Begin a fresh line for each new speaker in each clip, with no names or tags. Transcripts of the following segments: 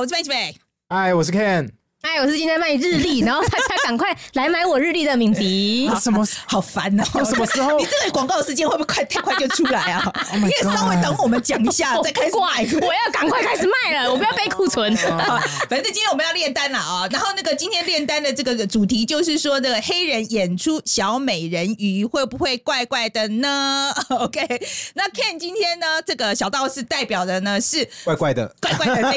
我是贝贝。
哎，我是 Ken。
哎，我是今天卖日历，然后大家赶快来买我日历的敏迪。
什么？
好烦哦！
什么时候 Oh
你这个广告时间会不会快太快就出来 啊？你
my
也稍微
God
等我们讲一下，再开始
怪，
买。
我要赶快开始卖了，我不要背库存。
啊，反正今天我们要炼丹了啊。然后那个今天炼丹的这个主题就是说，这个黑人演出小美人鱼会不会怪怪的呢？OK，那 Ken 今天呢，这个小道士代表的呢是
怪怪的。
怪怪的那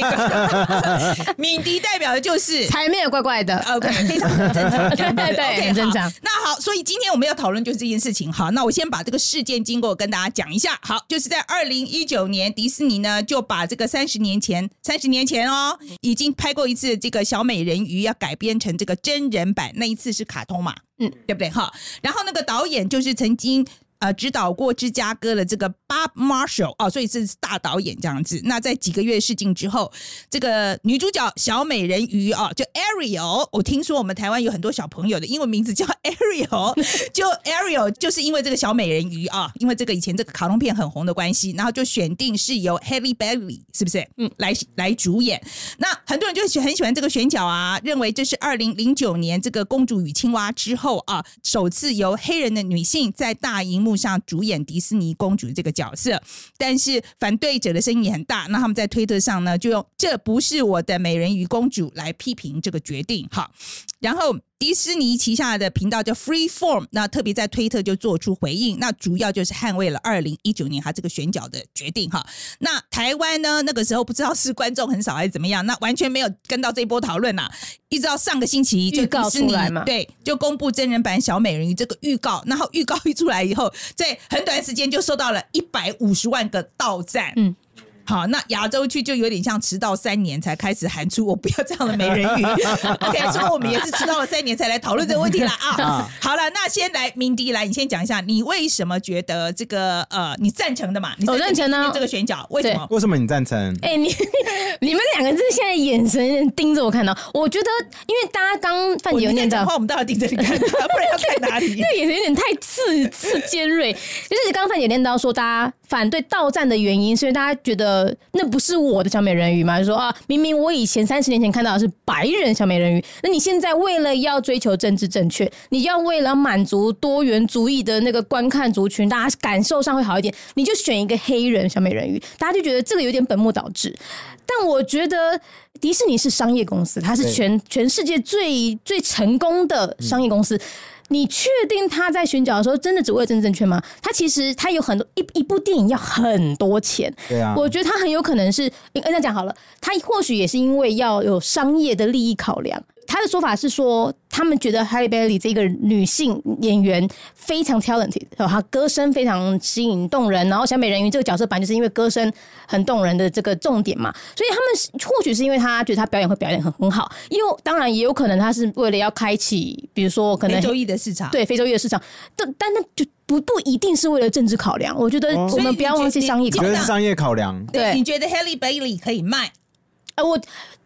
个， 敏迪代表的就是。
才没有怪怪的，
OK，非常很正常，
对对对
OK，
很正
好
常。
那好，所以今天我们要讨论就是这件事情。好，那我先把这个事件经过跟大家讲一下。好，就是在二零一九年，迪士尼呢就把这个三十年前，三十年前哦，
嗯
已经拍过一次这个小美人鱼，要改编成这个真人版，那一次是卡通嘛，嗯
嗯，
对不对？哈，然后那个导演就是曾经。呃，指导过芝加哥的这个 Bob Marshall 哦，所以这是大导演这样子。那在几个月试镜之后，这个女主角小美人鱼啊、就 Ariel，我听说我们台湾有很多小朋友的英文名字叫 Ariel，就 Ariel 就是因为这个小美人鱼啊，因为这个以前这个卡通片很红的关系，然后就选定是由 Halle Berry 是不是？嗯，来来主演。那很多人就喜很喜欢这个选角啊，认为这是二零零九年这个《公主与青蛙》之后啊，首次由黑人的女性在大荧幕上主演迪士尼公主这个角色。但是反对者的声音也很大，那他们在推特上呢，就用“这不是我的美人鱼公主”来批评这个决定。好，然后迪士尼旗下的频道叫 Freeform，那特别在推特就做出回应，那主要就是捍卫了二零一九年他这个选角的决定哈。那台湾呢，那个时候不知道是观众很少还是怎么样，那完全没有跟到这一波讨论啦。一直到上个星期就
预告
迪士尼
出来嘛
对，就公布真人版小美人鱼这个预告，然后预告一出来以后，在很短时间就收到了一百五十万个到赞，
嗯。
好，那亚洲区就有点像迟到三年才开始喊出我不要这样的美人 鱼。OK，所以我们也是迟到了三年才来讨论这个问 题了啊
啊。
好了，那先来明迪来，你先讲一下你为什么觉得这个呃，你赞成的嘛？你
我赞成啊
今天这个选角为什
哦
么？
为什么你赞成？
哎、你 你们两个是现在眼神盯着我看到，哦我觉得，因为大家刚范姐有
你
念
在
到
讲，话，我们到底盯着你看， 不然要看哪 里？
那个眼神有点太刺刺尖锐。就是刚刚范姐念到说，大家反对到站的原因，所以大家觉得那不是我的小美人鱼嘛？就说啊，明明我以前三十年前看到的是白人小美人鱼，那你现在为了要追求政治正确，你要为了满足多元族裔的那个观看族群，大家感受上会好一点，你就选一个黑人小美人鱼，大家就觉得这个有点本末倒置。但我觉得迪士尼是商业公司，它是
对
全全世界最最成功的商业公司。你确定他在选角的时候真的只为了政治正确吗？他其实他有很多一一部电影要很多钱，
对啊，
我觉得他很有可能是，呃这样讲好了，他或许也是因为要有商业的利益考量。他的说法是说，他们觉得 Halle Berry 这个女性演员非常 talented，然后她歌声非常吸引动人，然后小美人鱼这个角色版就是因为歌声很动人的这个重点嘛，所以他们是或许是因为他觉得他表演会表演很很好，因为当然也有可能他是为了要开启，比如说可能
非洲裔的市场，
对非洲裔的市场，但但那就不不一定是为了政治考量，我觉得
哦
我们不要忘记商业
所以
觉
考
你
量
得。是商业考量。
对
你觉得 Halle Bailey 可以卖？
呃，我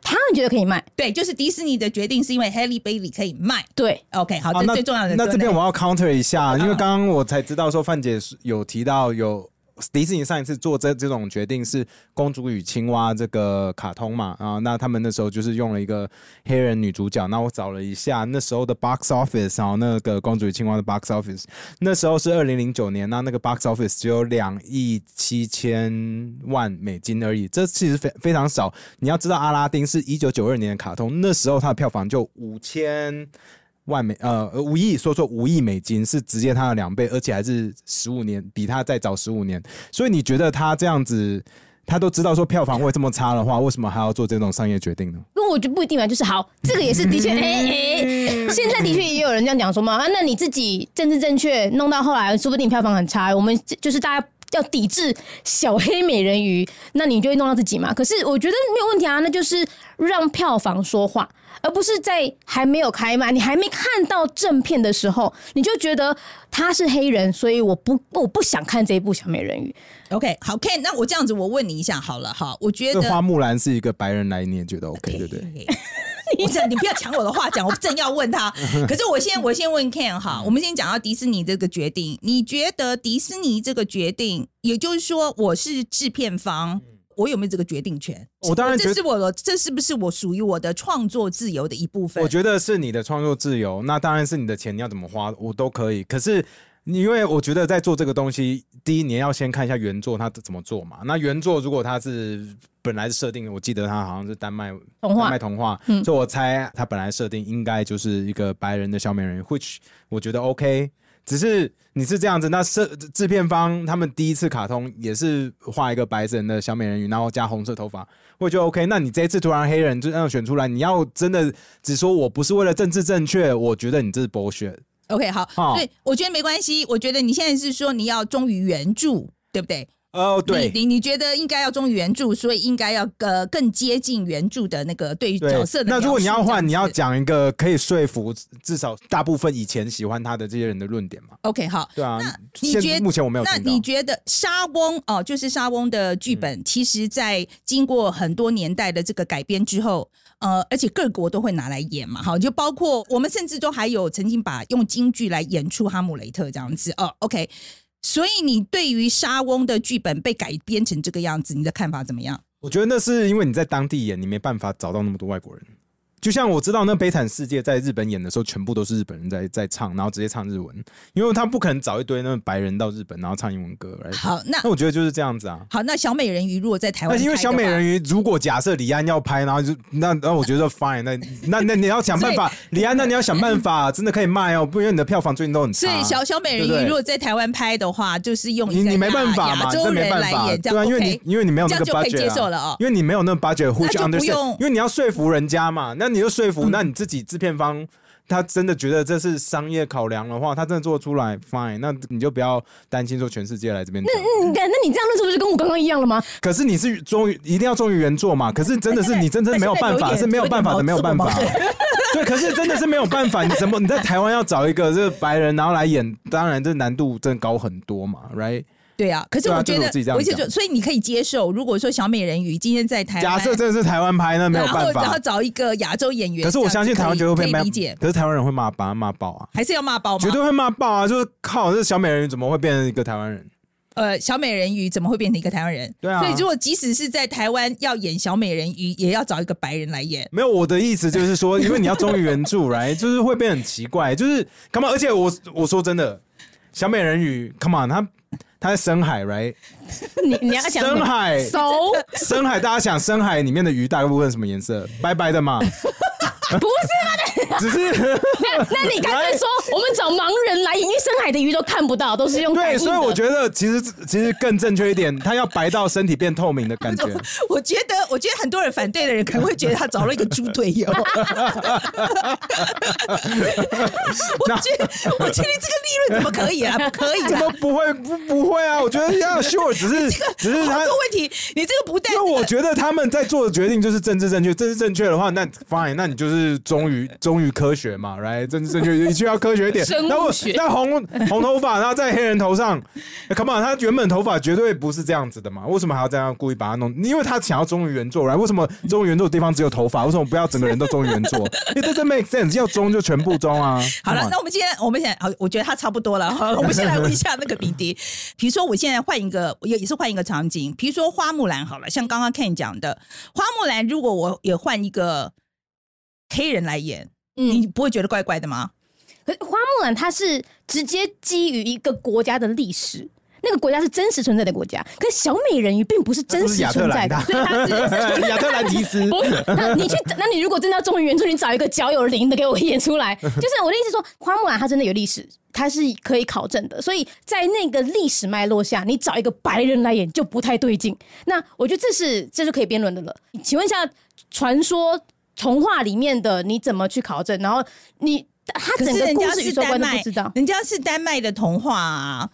他们觉得可以卖，
对，就是迪士尼的决定是因为 Halle Bailey 可以卖。
对，
OK，好，
啊
这
那
最重要的嗯
那这边
对不对
我要 counter 一下，因为刚刚我才知道说范姐是有提到有迪士尼上一次做这这种决定是《公主与青蛙》这个卡通嘛啊，那他们那时候就是用了一个黑人女主角。那我找了一下那时候的 box office，然后那个《公主与青蛙》的 box office，那时候是二零零九年，那那个 box office 只有两亿七千万美金而已，这其实非非常少。你要知道，阿拉丁是一九九二年的卡通，那时候它的票房就五千。万美呃呃五亿，说错五亿美金是直接它的两倍，而且还是十五年，比它再早十五年。所以你觉得他这样子，他都知道说票房会这么差的话，为什么还要做这种商业决定呢？
那我就不一定嘛，就是好，这个也是的 确，哎哎、现在的确也有人这样讲说嘛，啊，那你自己政治正确弄到后来，说不定票房很差，我们这就是大家。要抵制小黑美人鱼，那你就会弄到自己嘛。可是我觉得没有问题啊，那就是让票房说话，而不是在还没有开卖、你还没看到正片的时候，你就觉得他是黑人，所以我不我不想看这一部小美人鱼。
OK，好，Ken，那我这样子，我问你一下好了哈，我
嗯
觉
这
得。
花木兰是一个白人来，你也觉得 OK 对不对？
对？ 我真的你不要抢我的话讲，我正要问他。可是我先我先问 Ken
嗯
哈，我们先讲到迪士尼这个决定，你觉得迪士尼这个决定，也就是说我是制片方，我有没有这个决定权？
嗯我当然觉
这
得
是我的，这是不是我属于我的创作自由的一部分？
我觉得是你的创作自由，那当然是你的钱你要怎么花，我都可以。可是因为我觉得在做这个东西，第一你要先看一下原作它怎么做嘛。那原作如果它是本来是设定，我记得它好像是丹麦
童话
丹麦童话，所以我猜它本来设定应该就是一个白人的小美人，which 我觉得 OK。只是你是这样子，那设制片方他们第一次卡通也是画一个白人的小美人鱼，然后加红色头发，我就 OK。那你这一次突然黑人就让选出来，你要真的只说我不是为了政治正确，我觉得你这是 bullshit。
OK，好，
哦
所以我觉得没关系。我觉得你现在是说你要忠于原著，对不对？
哦，对
你你你觉得应该要忠于原著，所以应该要呃更接近原著的那个对于
对
角色。的描
那
述。
如果你要换，你
这样
要
子
讲一个可以说服至少大部分以前喜欢他的这些人的论点嘛？
OK 好。
对啊，
你
现
觉
目前我没有
那
听到嗯
你。觉得莎翁哦，就是莎翁的剧本，其实在经过很多年代的这个改编之后，呃，而且各国都会拿来演嘛，哈，就包括我们甚至都还有曾经把用京剧来演出《哈姆雷特》这样子哦，OK。所以你对于莎翁的剧本被改编成这个样子，你的看法怎么样？
我觉得那是因为你在当地演，你没办法找到那么多外国人。就像我知道那《悲惨世界》在日本演的时候，全部都是日本人在在唱，然后直接唱日文，因为他不可能找一堆那种白人到日本然后唱英文歌来。
好，那
那我觉得就是这样子啊。
好，那小美人鱼如果在台湾
那
哎拍的话，
因为小美人鱼，如果假设李安要拍，然后就那那我觉得 fine，那那那你要想办法，李安，那你要想办法，真的可以卖哦，不然你的票房最近都很差
所。以小小美人
啊对不
鱼
对
如果在台湾拍的话，就是用
你
一个
你没办法
亚
嘛，
亚
这
洲
没
人
办
来
法，
演，这
对啊，
样
因为
OK
你因为你没有那个
这样就可以
budget，、啊、
接受了哦
因为你没有那个 budget，互
那就
相
不
understand，
用嗯
因为你要说服人家嘛，那你就说服，那你自己制片方他真的觉得这是商业考量的话，他真的做出来 fine，那你就不要担心说全世界来这边讲。
你看，那你这样论述不是跟我刚刚一样了吗？
可是你是忠于一定要忠于原作
嗯
嘛？可是真的是你真正没有办
现在
法，
有点
是没有办法
有
的，
点
没有办法
自我。
对，可是真的是没有办法，你怎么你在台湾要找一个这个白人然后来演，当然这难度真的高很多
哎
嘛，right？
对啊，可是
对啊
我觉
这是
得，
我自己这样
我就
讲
觉得，所以你可以接受。如果说小美人鱼今天在台湾，
假设真的是台湾拍，那没有
然后
办
然后
法。
找一个亚洲演员，
可是我相信台湾
这
就
样子
会
可以
被
可
骂
以理解，，
可是台湾人会骂，把他骂爆啊，
还是要骂爆吗？
绝对会骂爆啊！就是靠，这小美人鱼怎么会变成一个台湾人？
呃，小美人鱼怎么会变成一个台湾人？
对啊
所以如果即使是在台湾要演小美人鱼，也要找一个白人来演。
没有，我的意思就是说，因为你要忠于原著，right？就是会变很奇怪，就是干嘛？而且我我说真的，小美人鱼，come on，她她在深海，right？
你你要 讲什
深
么
海，
熟
深海，大家想深海里面的鱼大部分什么颜色？白白的嘛，
不是吗？
只是
那那你刚才说我们找盲人来演，因为深海的鱼都看不到，都是用感
对，
应
所以我
得
觉得其实其实更正确一点，它要白到身体变透明的感 觉。
我觉得，我觉得很多人反对的人可能会觉得他找了一个猪队 友。我觉得，我觉得这个利润怎么可以啊？不可以
这
啊
都！不会不不会啊！我觉得要 sure，只是 只是
好
他
多问题，你这个不但
因为我觉得他们在做的决定就是政治正确，政治正确的话，那 fine，那你就是忠于忠于科学嘛，right？政治正确你就要科 学一点。
生物
那我
学
那红红头发，然后在黑人头上、c o m e on，他原本头发绝对不是这样子的嘛，为什么还要这样故意把它弄？因为他想要忠于原作，right？为什么忠于原作的地方只有头发？为什么不要整个人都忠于原作？因为这真 make sense，要忠就全部忠啊。
好了
Come，on
那我们今天我们现在好，我觉得他差不多了。好，我们先来问一下那个比迪。比如说，我现在换一个，也也是换一个场景，比如说花木兰好了，像刚刚 Ken 讲的，花木兰如果我也换一个黑人来演，
嗯
你，不会觉得怪怪的吗？
可是花木兰它是直接基于一个国家的历史。那个国家是真实存在的国家，可是小美人鱼并不是真
这
实
是亚特
存在
兰
的，
大
所以它是
亚特兰提 斯。
不是，那你去，那你如果真的要忠于原著，你找一个脚有灵的给我演出来。就是我的意思说，花木兰它真的有历史，它是可以考证的。所以在那个历史脉络下，你找一个白人来演就不太对劲。那我觉得这是这是可以辩论的了。请问一下，传说童话里面的你怎么去考证？然后你它
可
整
是
个
人
故
家
事宇
是
宙
丹
观都不
麦
知道，。
人家是丹麦的童话啊。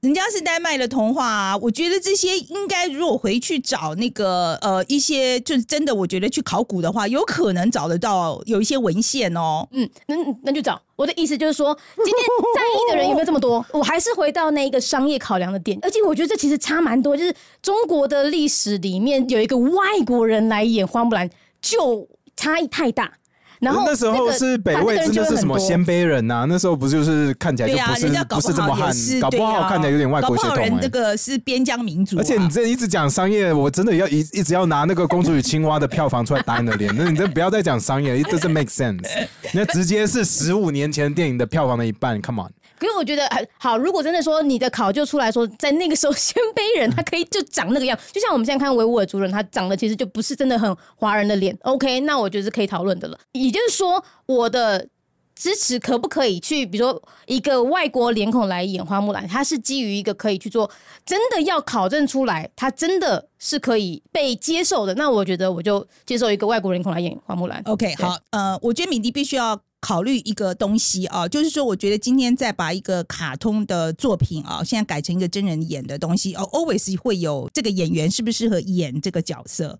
人家是丹麦的童话啊，我觉得这些应该如果回去找那个呃一些就是真的，我觉得去考古的话，有可能找得到有一些文献哦。
嗯，那那就找。我的意思就是说，今天在意的人有没有这么多？我还是回到那一个商业考量的点，而且我觉得这其实差蛮多。就是中国的历史里面有一个外国人来演花木兰，就差异太大。然后
那时候
个
是北
反对
魏
的人
真
就
的
会
是什
很
么
多
鲜卑人呐、啊那时候不就是看起来就
对呀、
不是、
人家搞
不是这么
好也
汉
是，，
搞不好
对啊
看起来有点外国血
搞不好
统、
人这
欸。
个是边疆民族啊、
而且你这一直讲商业，我真的要一一直要拿那个《公主与青蛙》的票房出来打你的脸。那你这不要再讲商业，it doesn't make sense。那直接是十五年前电影的票房的一半，come on。
可是我觉得很好，如果真的说你的考究出来说，在那个时候鲜卑人他可以就长那个样，就像我们现在看维吾尔族人，他长得其实就不是真的很华人的脸。OK，那我觉得是可以讨论的了。也就是说，我的支持可不可以去，比如说一个外国脸孔来演花木兰，它是基于一个可以去做，真的要考证出来，它真的是可以被接受的。那我觉得我就接受一个外国脸孔来演花木兰。
OK，
对
好，呃，我觉得米迪必须要考虑一个东西啊，就是说，我觉得今天再把一个卡通的作品啊，现在改成一个真人演的东西，哦，always 会有这个演员适不适合演这个角色，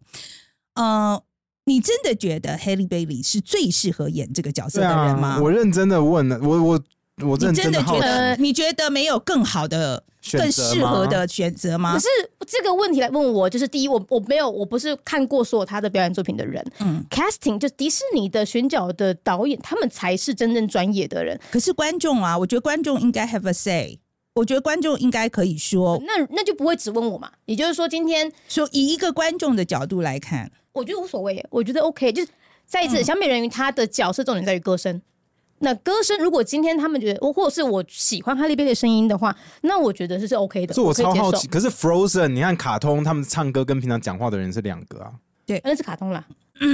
呃。你真的觉得 Haley Bailey 是最适合演这个角色
对
的人
啊
吗？，
我认真的问了，我我我
你
认
真
的
的
好
觉
奇
得
呃
你觉得没有更好的、
选择
更
吗
适合的选择吗
可？是这个问题来问我，就是第一，我我没有，我不是看过所有他的表演作品的人。
嗯，
casting 就迪士尼的选角的导演，他们才是真正专业的人。
可是观众啊，我觉得观众应该 have a say，我觉得观众应该可以说
那那就不会只问我嘛。也就是说，今天
说以一个观众的角度来看，
我觉得无所谓耶，我觉得 OK。就是再一次，小美人鱼她的角色重点在于歌声。那歌声，如果今天他们觉得，或或者是我喜欢哈利贝的声音的话，那我觉得是是 OK 的，
这我
可以
超
接
好
受
奇。。可是 Frozen，你看卡通他们唱歌跟平常讲话的人是两个啊。
那是卡通啦，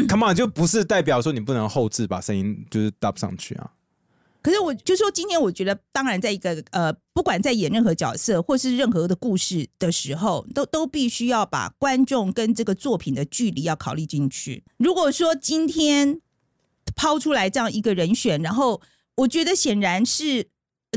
Come on，就不是代表说你不能后置把声音就是 dub 上去啊。
可是我就说，今天我觉得，当然，在一个呃，不管在演任何角色或是任何的故事的时候，都都必须要把观众跟这个作品的距离要考虑进去。如果说今天抛出来这样一个人选，然后我觉得显然是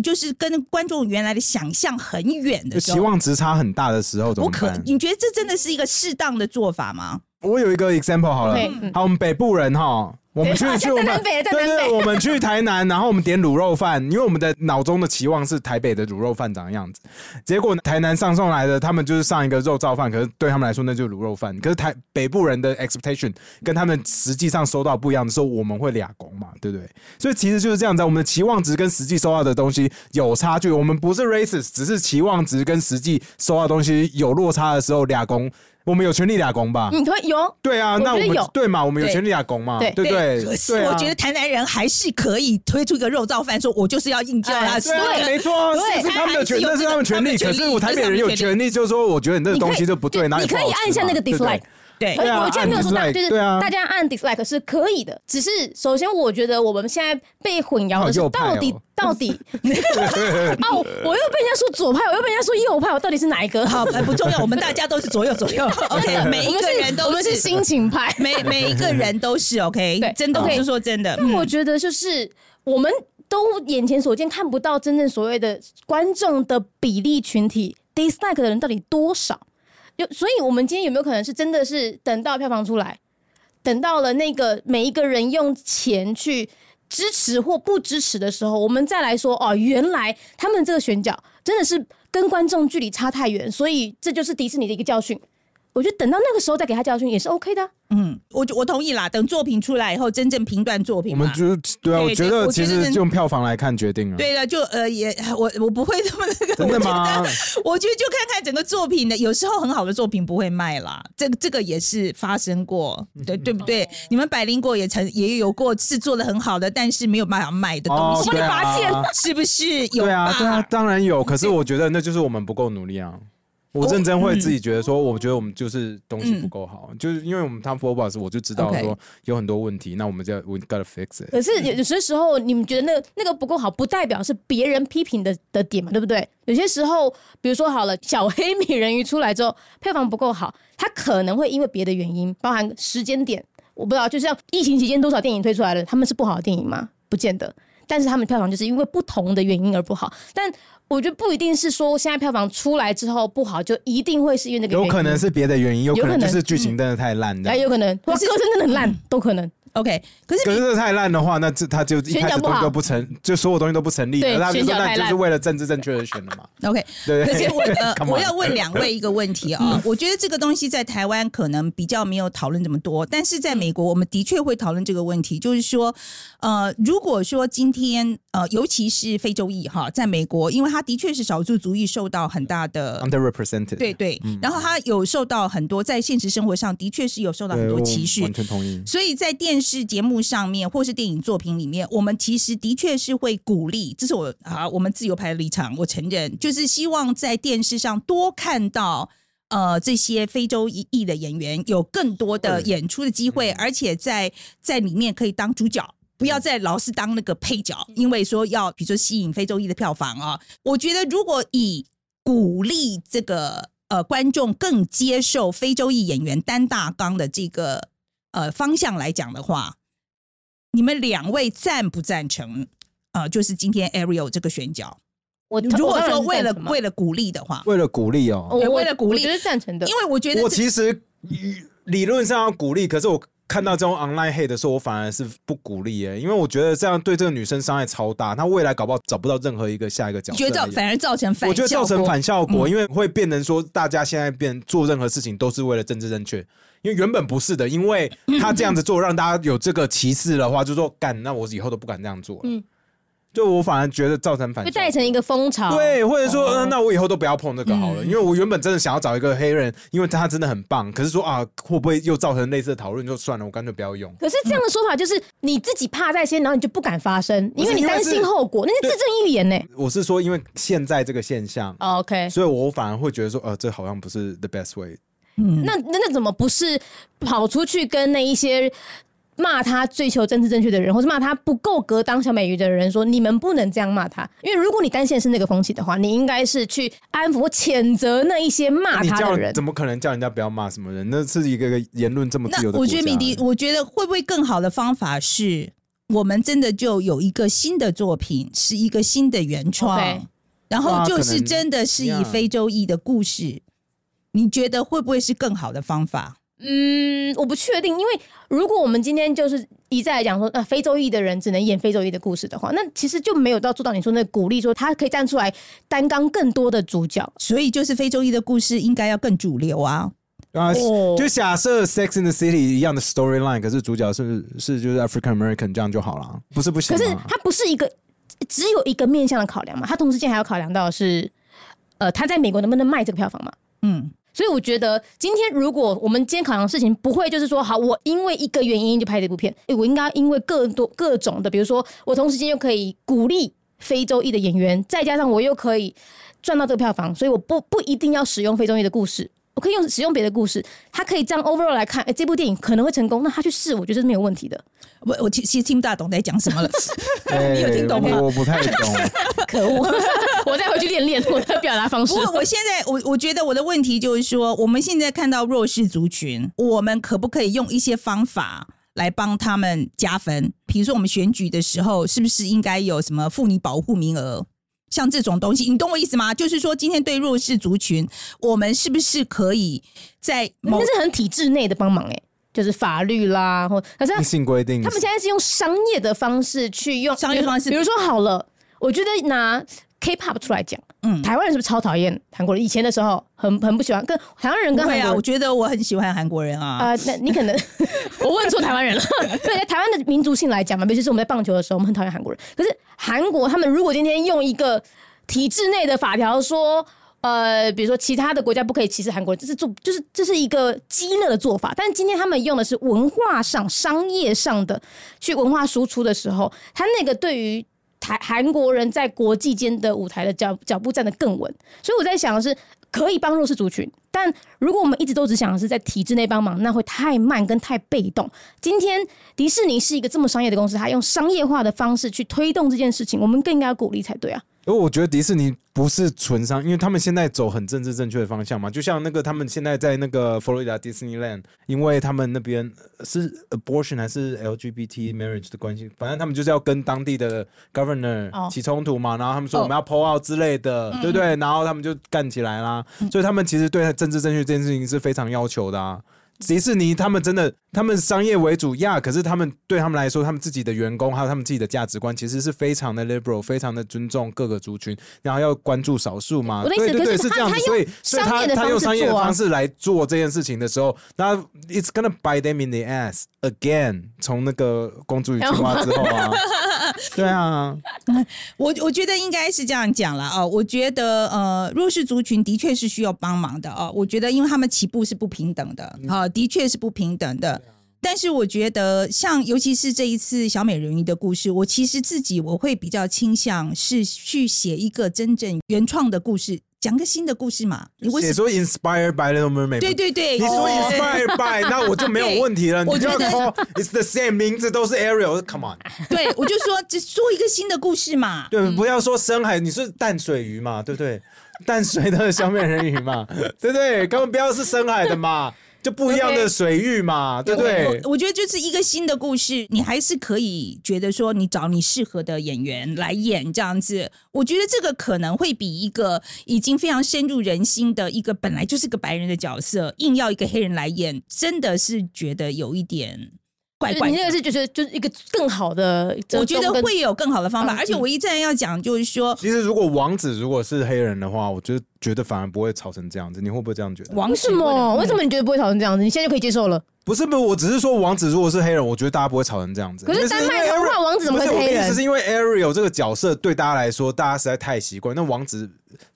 就是跟观众原来的想象很远
就
的时
期
候，
望值差很大的时候怎
我
么
可
办？
你觉得这真的是一个适当的做法吗？
我有一个 example 好了
OK，嗯
好，我们北部人哈，我们去
对
去
啊
我
在
们
南北在
对
南
对，
北
我们去台南，然后我们点卤肉饭，因为我们的脑中的期望是台北的卤肉饭长的样子。结果台南上送来的，他们就是上一个肉燥饭，可是对他们来说那就是卤肉饭。可是台北部人的 expectation 跟他们实际上收到不一样的时候，我们会俩拱嘛，对不对？所以其实就是这样子啊，我们的期望值跟实际收到的东西有差距。我们不是 racist，只是期望值跟实际收到的东西有落差的时候俩拱，我们有权利俩拱吧？
嗯，可以有
对啊，那
我
我
觉得
们
有
对嘛，我们有
对
权利打工嘛，
对
对不对？
可是
对啊
我觉得台南人还是可以推出一个肉燥饭，说我就是要硬叫他
哎
吃
对啊，没错，
对
这是他们的权，
他还
那
是有这个
是他们权
他们
利。可
的权利
是我台北人有权利，就是说，我觉得你这个东西就不对，
你可以
哪里
你可以
不好吃嘛
按下那个
对不对
dislike
对
可以，
对啊
哎我今天没有说大，
按 dislike，
就是
对啊
大家按 dislike 是可以的，只是首先我觉得我们现在被混淆的是
好右派哦
到底到 底啊，我我又被人家说左派，我又被人家说右派，我到底是哪一 个？
好，呃，不重要，我们大家都是左右左 右，OK，每一
我们
个人
是我
都
们是
是，
心情派。
每每一个人都是 OK，
对
真的，我
OK
是说真的，
但
嗯
我觉得就是我们都眼前所见看不到真正所谓的观众的比例群体 dislike 的人到底多少？有，所以我们今天有没有可能是真的是等到票房出来，等到了那个每一个人用钱去支持或不支持的时候，我们再来说哦，原来他们这个选角真的是跟观众距离差太远，所以这就是迪士尼的一个教训。我觉得等到那个时候再给他教训也是 OK 的啊、
嗯，我就我同意啦。等作品出来以后，真正评断作品
我
嘛
们。就是对
对
啊，我觉
对
得
我
其
觉得
实
人
用票房来看决定了。啊
对了，就呃也我我不会那么那个，
真的吗？
我觉得就看看整个作品的，有时候很好的作品不会卖啦，这个这个也是发生过，对对不
嗯
对？你们百灵果也曾也有过是做的很好的，但是没有办法卖的东西，
哦对啊
我帮你是不是有
对啊
吧，
对啊，当然有。可是我觉得那就是我们不够努力啊。我认真会自己觉得说，我觉得我们就是东西不够好，就是因为我们 Tom Ford Boss，我就知道
OK
说有很多问题，那我们就要 we gotta fix it。
可
嗯
是有有些时候，你们觉得那那个不够好，不代表是别人批评的的点嘛，对不对？有些时候，比如说好了，小黑美人鱼出来之后，票房不够好，它可能会因为别的原因，包含时间点，我不知道，就像疫情期间多少电影推出来了，他们是不好的电影吗？不见得，但是他们票房就是因为不同的原因而不好，但。我觉得不一定是说现在票房出来之后不好，就一定会是因为那个原
有
因，
可能是别的原因，有可
有可
能
能
就是剧情真的太烂这
哎，
样。
有可能，或
可是
歌声真的很烂，都可能。
OK，可是
可
你
是这太烂的话，那这他就一
选
开
角
始
不
东西
好
都不成，就所有东西都不成立
对
了。他就
选
说
角
那
太
你就是
烂
为了政治正确而选 的嘛，
OK，
对不
可
对？，
是我呃
Come
我
on 嗯
要问两位一个问题啊、我觉得这个东西在台湾可能比较没有讨论这么多，但是在美国，我们的确会讨论这个问题，就是说，呃，如果说今天呃，尤其是非洲裔哈，在美国，因为它的确是少数族裔受到很大的。
嗯 underrepresented，
对对，
嗯
然后他有受到很多在现实生活上的确是有受到
对，
很多
我
歧视
完，全同意。
所以在电视节目上面，或是电影作品里面，我们其实的确是会鼓励，这是我啊，我们自由派的立场，我承认，就是希望在电视上多看到。呃，这些非洲裔裔的演员有更多的演出的机会，而且在在里面可以当主角，不要再老是当那个配角，因为说要比如说吸引非洲裔的票房啊。我觉得如果以鼓励这个呃观众更接受非洲裔演员担大纲的这个呃方向来讲的话，你们两位赞不赞成？呃，就是今天 Ariel 这个选角，
我
如
我
果
当然
说
是
为了
赞成嘛
为了鼓励的话，
为了鼓励
我
哦，
对
我
为了鼓励
我觉得赞成的，
因为我觉得
我
这
其实理理论上要鼓励，可是我看到这种 online hate 的时候，我反而是不鼓励耶，因为我觉得这样对这个女生伤害超大，她未来搞不好找不到任何一个下一个角
你
色
觉
而
得
已。
造反而造成反
我觉得造
效
成
果
反效
嗯
果，因为会变成说，大家现在变做任何事情都是为了政治正确，因为原本不是的，因为他这样子做让大家有这个歧视的话，就说干，那我以后都不敢这样做了。
嗯
就我反而觉得造成反
会
效果。
带成一个风潮。
对，或者说、
哦
呃那我以后都不要碰这个好了，
嗯
因为我原本真的想要找一个黑人，因为他真的很棒。可是说啊，会不会又造成类似的讨论？就算了，我干脆不要用。
可是这样的说法就是你自己怕在先，然后你就不敢发声，
是
因为你担
因为
心
是
后果，那是
对
自证预言呢。
我是说，因为现在这个现象，
哦 OK，
所以我反而会觉得说，呃，这好像不是 the best way
嗯
那那那怎么不是跑出去跟那一些骂他追求政治正确的人，或是骂他不够格当小美鱼的人说，你们不能这样骂他？因为如果你担心的是那个风气的话，你应该是去安抚、或谴责那一些骂
你
他
叫
的人。
怎么可能叫人家不要骂什么人？那是一个个言论这么自由
那
的国
我
家
觉得米迪，我觉得会不会更好的方法是，我们真的就有一个新的作品，是一个新的原创
OK
然后
哇
就
可
是
能
真的是以
Yeah
非洲裔的故事，你觉得会不会是更好的方法？
嗯，我不确定，因为如果我们今天就是一再讲说，呃，非洲裔的人只能演非洲裔的故事的话，那其实就没有到做到你说那个鼓励，说他可以站出来担当更多的主角。
所以就是非洲裔的故事应该要更主流啊。
啊
哦，
就假设《Sex in the City》一样的 storyline，可是主角是是就是 African American，这样就好了，不是不行
可是
吗？
它不是一个只有一个面向的考量嘛，它同时间还要考量到的是，呃，它在美国能不能卖这个票房嘛？
嗯，
所以我觉得，今天如果我们今天考量的事情，不会就是说，好，我因为一个原因就拍这部片，诶我应该因为各多各种的，比如说，我同时间又可以鼓励非洲裔的演员，再加上我又可以赚到这个票房，所以我不不一定要使用非洲裔的故事，我可以用使用别的故事，它可以这样 overall 来看，哎、这部电影可能会成功，那他去试，我觉得是没有问题的。
我我其其实听不大懂在讲什么了。
哎
你有听懂吗
我不太懂。
可恶， 我再回去练练我的表达方式
不。过我现在我我觉得我的问题就是说，我们现在看到弱势族群，我们可不可以用一些方法来帮他们加分？比如说我们选举的时候，是不是应该有什么妇女保护名额？像这种东西，你懂我意思吗？就是说，今天对弱势族群，我们是不是可以在某
那是很体制内的帮忙哎、就是法律啦，或可是他
硬性规定，
他们现在是用商业的方式去用
商业方式
比如说好了，我觉得拿 K-pop 出来讲，
嗯
台湾人是不是超讨厌韩国人？以前的时候很很不喜欢，跟台湾人跟
不
韩
会
国
啊？
人
我觉得我很喜欢韩国人啊。
啊、那你可能 我问错台湾人了。 对，在台湾的民族性来讲嘛，尤其是我们在棒球的时候，我们很讨厌韩国人。可是韩国他们如果今天用一个体制内的法条说，呃，比如说其他的国家不可以歧视韩国人，这是做就是这是一个激烈的做法。但今天他们用的是文化上、商业上的去文化输出的时候，他那个对于台韩国人在国际间的舞台的脚脚步站得更稳。所以我在想的是，可以帮弱势族群，但如果我们一直都只想的是在体制内帮忙，那会太慢跟太被动。今天迪士尼是一个这么商业的公司，它用商业化的方式去推动这件事情，我们更应该要鼓励才对啊。
因为我觉得迪士尼不是纯商，因为他们现在走很政治正确的方向嘛，就像那个他们现在在那个佛罗里达 Disneyland，因为他们那边呃是 abortion 还是 LGBT marriage 的关系，反正他们就是要跟当地的 governor
哦
起冲突嘛，然后他们说
哦
我们要 pull out 之类的，对不对？然后他们就干起来啦，所以他们其实对政治正确这件事情是非常要求的啊。迪士尼他们真的他们商业为主呀，可是他们对他们来说，他们自己的员工还有他们自己的价值观，其实是非常的 liberal，非常的尊重各个族群，然后要关注少数嘛。
我的意思
对对对，
可是
这
他
样子，
他
所
用
以所以
商
他
业的
他用
方式
商业的
做啊
方式来做这件事情的时候，那 it's gonna bite them in the ass again。从那个公主与青蛙之后 啊，对啊，
我我觉得应该是这样讲了啊、我觉得呃，弱势族群的确是需要帮忙的啊、我觉得因为他们起步是不平等的
嗯
啊、的确是不平等的。
啊
但是我觉得，像尤其是这一次小美人鱼的故事，我其实自己我会比较倾向是去写一个真正原创的故事，讲个新的故事嘛。你为
写
什么？
说 inspired by 那种美，
对对对，
你
哦
说
对
inspired by，那我就没有问题了。
对
你就要
我觉得
call it's the same 名字都是 Ariel，come on。
对，我就说只做一个新的故事嘛。
对，不要说深海，你是淡水鱼嘛， 对不对？淡水的小美人鱼嘛， 对不对？根本不要是深海的嘛，就不一样的
OK
水域嘛，对不对？
我我觉得就是一个新的故事，你还是可以觉得说你找你适合的演员来演这样子。我觉得这个可能会比一个已经非常深入人心的一个本来就是个白人的角色，硬要一个黑人来演，真的是觉得有一点怪
就是
哎怪
你
的
那。个是就是就是一个更好的折中跟，
我觉得会有更好的方法，
嗯
而且我一再要讲就是说，
其实如果王子如果是黑人的话，我就觉得反而不会吵成这样子。你会不会这样觉得？
王
为
室
什么？为什
么？
么你觉得不会吵成这样子？你现在就可以接受了？
不是不是，我只是说王子如果是黑人，我觉得大家不会吵成这样子。
可是
但
丹
因
麦
为
童
Ariel-
话王子怎么
不
会
是
是
我的
黑
意
人
思？是因为 Ariel 这个角色对大家来说，大家实在太习惯。那王子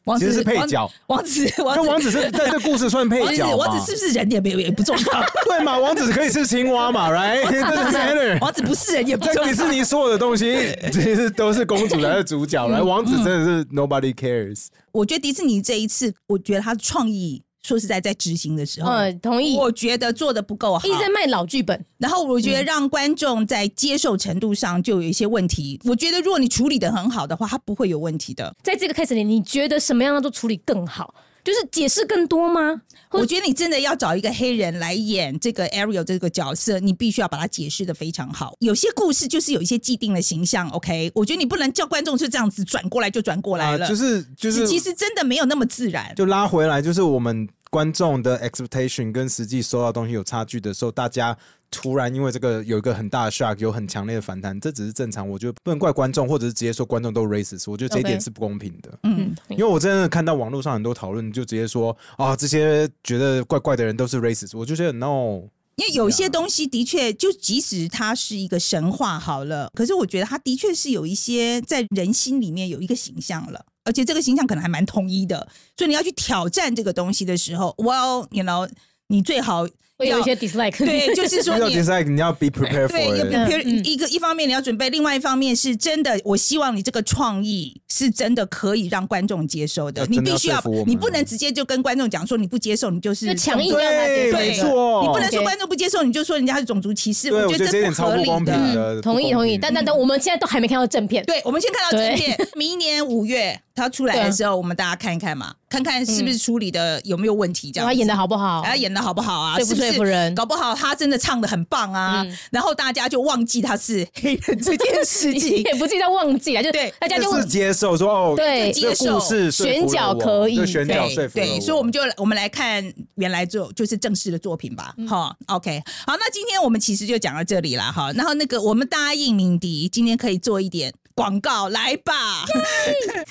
王
其
子
实是配角，
王子王
那
子
王子是在这故事算配
王子
角
王
嘛？
子是不是人也没有也不重要，
对嘛？王子可以是青蛙嘛？Right？这是 Tanner。
王子不是人也不
在
重要
迪。士尼所有的东西，其实都是公主来的主
嗯
角，来王子真的是 nobody cares。
我觉得迪士尼这一次，我觉得他的创意，说实在，在执行的时候，
嗯，同意。
我觉得做的不够好
一。直在卖老剧本，
然后我觉
嗯
得让观众在接受程度上就有一些问题。我觉得如果你处理的很好的话，它不会有问题的。
在这个 case 里，你觉得什么样的做处理更好？就是解释更多吗？或
我觉得你真的要找一个黑人来演这个 Ariel 这个角色，你必须要把它解释的非常好。有些故事就是有一些既定的形象，OK？我觉得你不能叫观众就这样子转过来就转过来了，
啊就是就是，
其实真的没有那么自然。
就拉回来，就是我们观众的 expectation 跟实际收到东西有差距的时候，大家突然因为这个有一个很大的 shock，有很强烈的反弹，这只是正常。我觉得不能怪观众，或者是直接说观众都 racist，我觉得这一
OK
点是不公平的。
嗯，
因为我真的看到网络上很多讨论，就直接说啊、这些觉得怪怪的人都是 racist，我就觉得 no。
因为有
啊
些东西的确，就即使它是一个神话好了，可是我觉得它的确是有一些在人心里面有一个形象了，而且这个形象可能还蛮统一的，所以你要去挑战这个东西的时候，Well，you know，你最好
会有一
要
些 dislike。
对， 就是说
遇到
你
dislike，你要 be prepared
对，有
for it
比。如
嗯
一个一方面你要准备，另外一方面是真的，我希望你这个创意是真的可以让观众接受的
要，
你
真
必
的要
须要
说服我，们
你不能直接就跟观众讲说你不接受，你就是
就强硬
种族
让他
对，
接受
没
这个
错，
你不能说
哦 OK
观众不接受，你就说人家是种族歧视，
对，我
觉
觉得这
这
有点超
合
不
理
公平
的。
的，
嗯同意
不公
同意。
平
但但但，我们现在都还没看到正片。
对，我们先看到
对
正片， 明年五月它出来的时候，我们大家看一看嘛，看看是不是处理的有没有问题，这样
他
子
演的好不好？
他演的好不好啊？
说服
是
嗯说
是
服人
搞不好他真的唱的很棒啊，
嗯
然后大家就忘记他是黑人这件事
你
情。
也不记得忘记了，啊就
对
大家就
就是接受说哦，
对
这个故事说服了
选角
我
可以
这选角
对
说服了我
对，所以我们就我们来看原来就就是正式的作品吧，哈、OK，好，那今天我们其实就讲到这里啦，哈。然后那个我们答应敏迪今天可以做一点广告，来吧。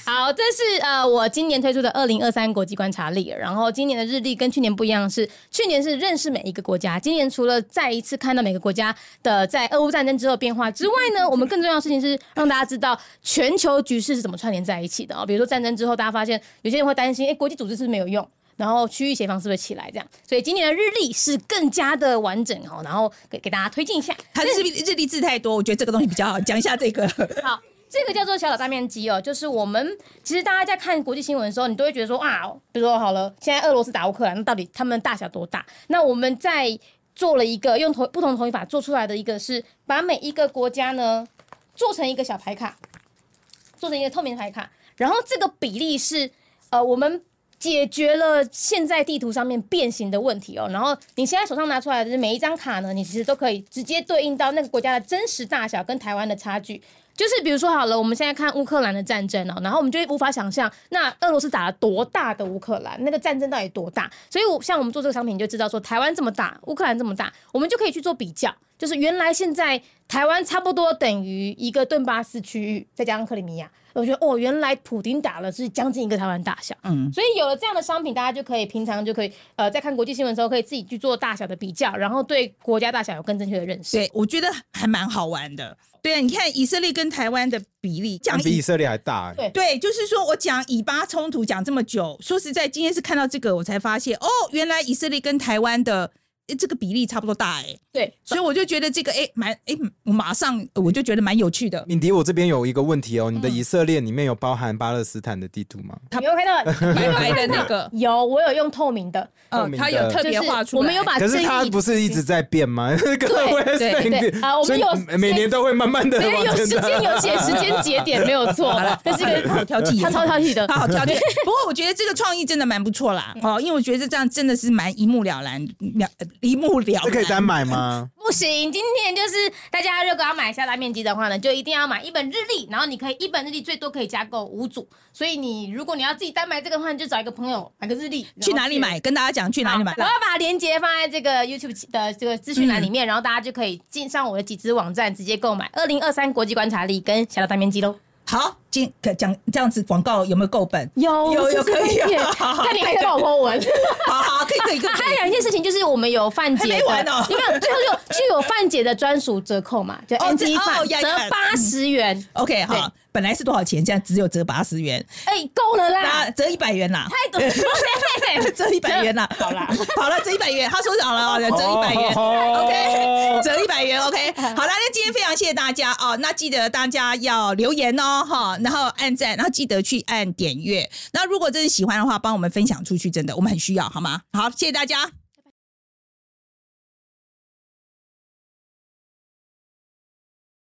好，这是呃我今年推出的二零二三国际观察力。然后今年的日历跟去年不一样是，去年是认识每一个国家，今年除了再一次看到每个国家的在俄乌战争之后变化之外
嗯
呢，我们更重要的事情是让大家知道全球局势是怎么串联在一起的哦。比如说战争之后，大家发现有些人会担心，哎，国际组织是不是没有用？然后区域协防是不是起来这样？所以今年的日历是更加的完整哦，然后给给大家推荐一下。
他日历日历字太多，我觉得这个东西比较好，讲一下这个。
好，这个叫做小岛大面积哦，就是我们其实大家在看国际新闻的时候，你都会觉得说啊，比如说好了，现在俄罗斯打乌克兰，那到底他们大小多大？那我们在做了一个用同不同的同语法做出来的一个是把每一个国家呢做成一个小牌卡，做成一个透明牌卡，然后这个比例是呃我们。解决了现在地图上面变形的问题哦，然后你现在手上拿出来的就是每一张卡呢，你其实都可以直接对应到那个国家的真实大小跟台湾的差距，就是比如说好了，我们现在看乌克兰的战争哦、然后我们就会无法想象，那俄罗斯打了多大的乌克兰，那个战争到底多大？所以我像我们做这个商品，就知道说台湾这么大，乌克兰这么大，我们就可以去做比较，就是原来现在台湾差不多等于一个顿巴斯区域，再加上克里米亚，我觉得哦，原来普丁打了是将近一个台湾大小，
嗯
嗯，所以有了这样的商品，大家就可以平常就可以呃，在看国际新闻的时候，可以自己去做大小的比较，然后对国家大小有更正确的认识。
对，我觉得还蛮好玩的。对啊，你看以色列跟台湾的比例，讲
比以
以
色列还大、欸。
对
对，就是说我讲以巴冲突讲这么久，说实在，今天是看到这个我才发现，哦，原来以色列跟台湾的诶这个比例差不多大哎、
对，
所以我就觉得这个哎蛮哎，我马上我就觉得蛮有趣的。
敏迪，我这边有一个问题哦，你的以色列里面有包含巴勒斯坦的地图吗？
你有没有看到
白白的那个，
有，我有用透明的，
嗯，它有特
就
别
是
画出来，
我们有把
可是
正
它
义
不是一直在变吗？对
对对对啊我们有
每年都会慢慢的
没有
往
有
前
时
的。
间有写时间节点，没有错，这是一
好
个
挑剔，
他超挑剔的
他。好挑剔。不过我觉得这个创意真的蛮不错啦，哦，因为我觉得这样真的是蛮一目了然，了一目了
这可以
然。
单买吗？
不行，今天就是大家如果要买下大面积的话呢，就一定要买一本日历，然后你可以一本日历最多可以加购五组，所以你如果你要自己单买这个的话，你就找一个朋友买个日历，然后
去哪里买？跟大家讲去哪里买
好。我要把链接放在这个 YouTube 的这个资讯栏里面，然后大家就可以进上我的几支网站直接购买二零二三国际观察力跟小岛大面积喽。
好，今可讲这样子广告有没有够本？
有
有有可以 啊
看你还帮我抛文。
好好，可以可 以可
还有
以。
两件事情，就是我们有范姐的，
还没完哦
有没有？最后就就有范姐的专属折扣嘛，就
哦
N
这
G
哦
范
呀
折
呀
八十元，
OK，好，本来是多少钱？现在只有折八十元，
哎，够了啦
那，折一百元啦，
太多 了，
折一百元啦。
好啦，
好了，折一百元，他说好了，折一百元。
OK，
折一百元，OK，好啦，那今天非常谢谢大家哦，那记得大家要留言哦，哈，然后按赞，然后记得去按点阅。那如果真的喜欢的话，帮我们分享出去，真的我们很需要，好吗？好，谢谢大家，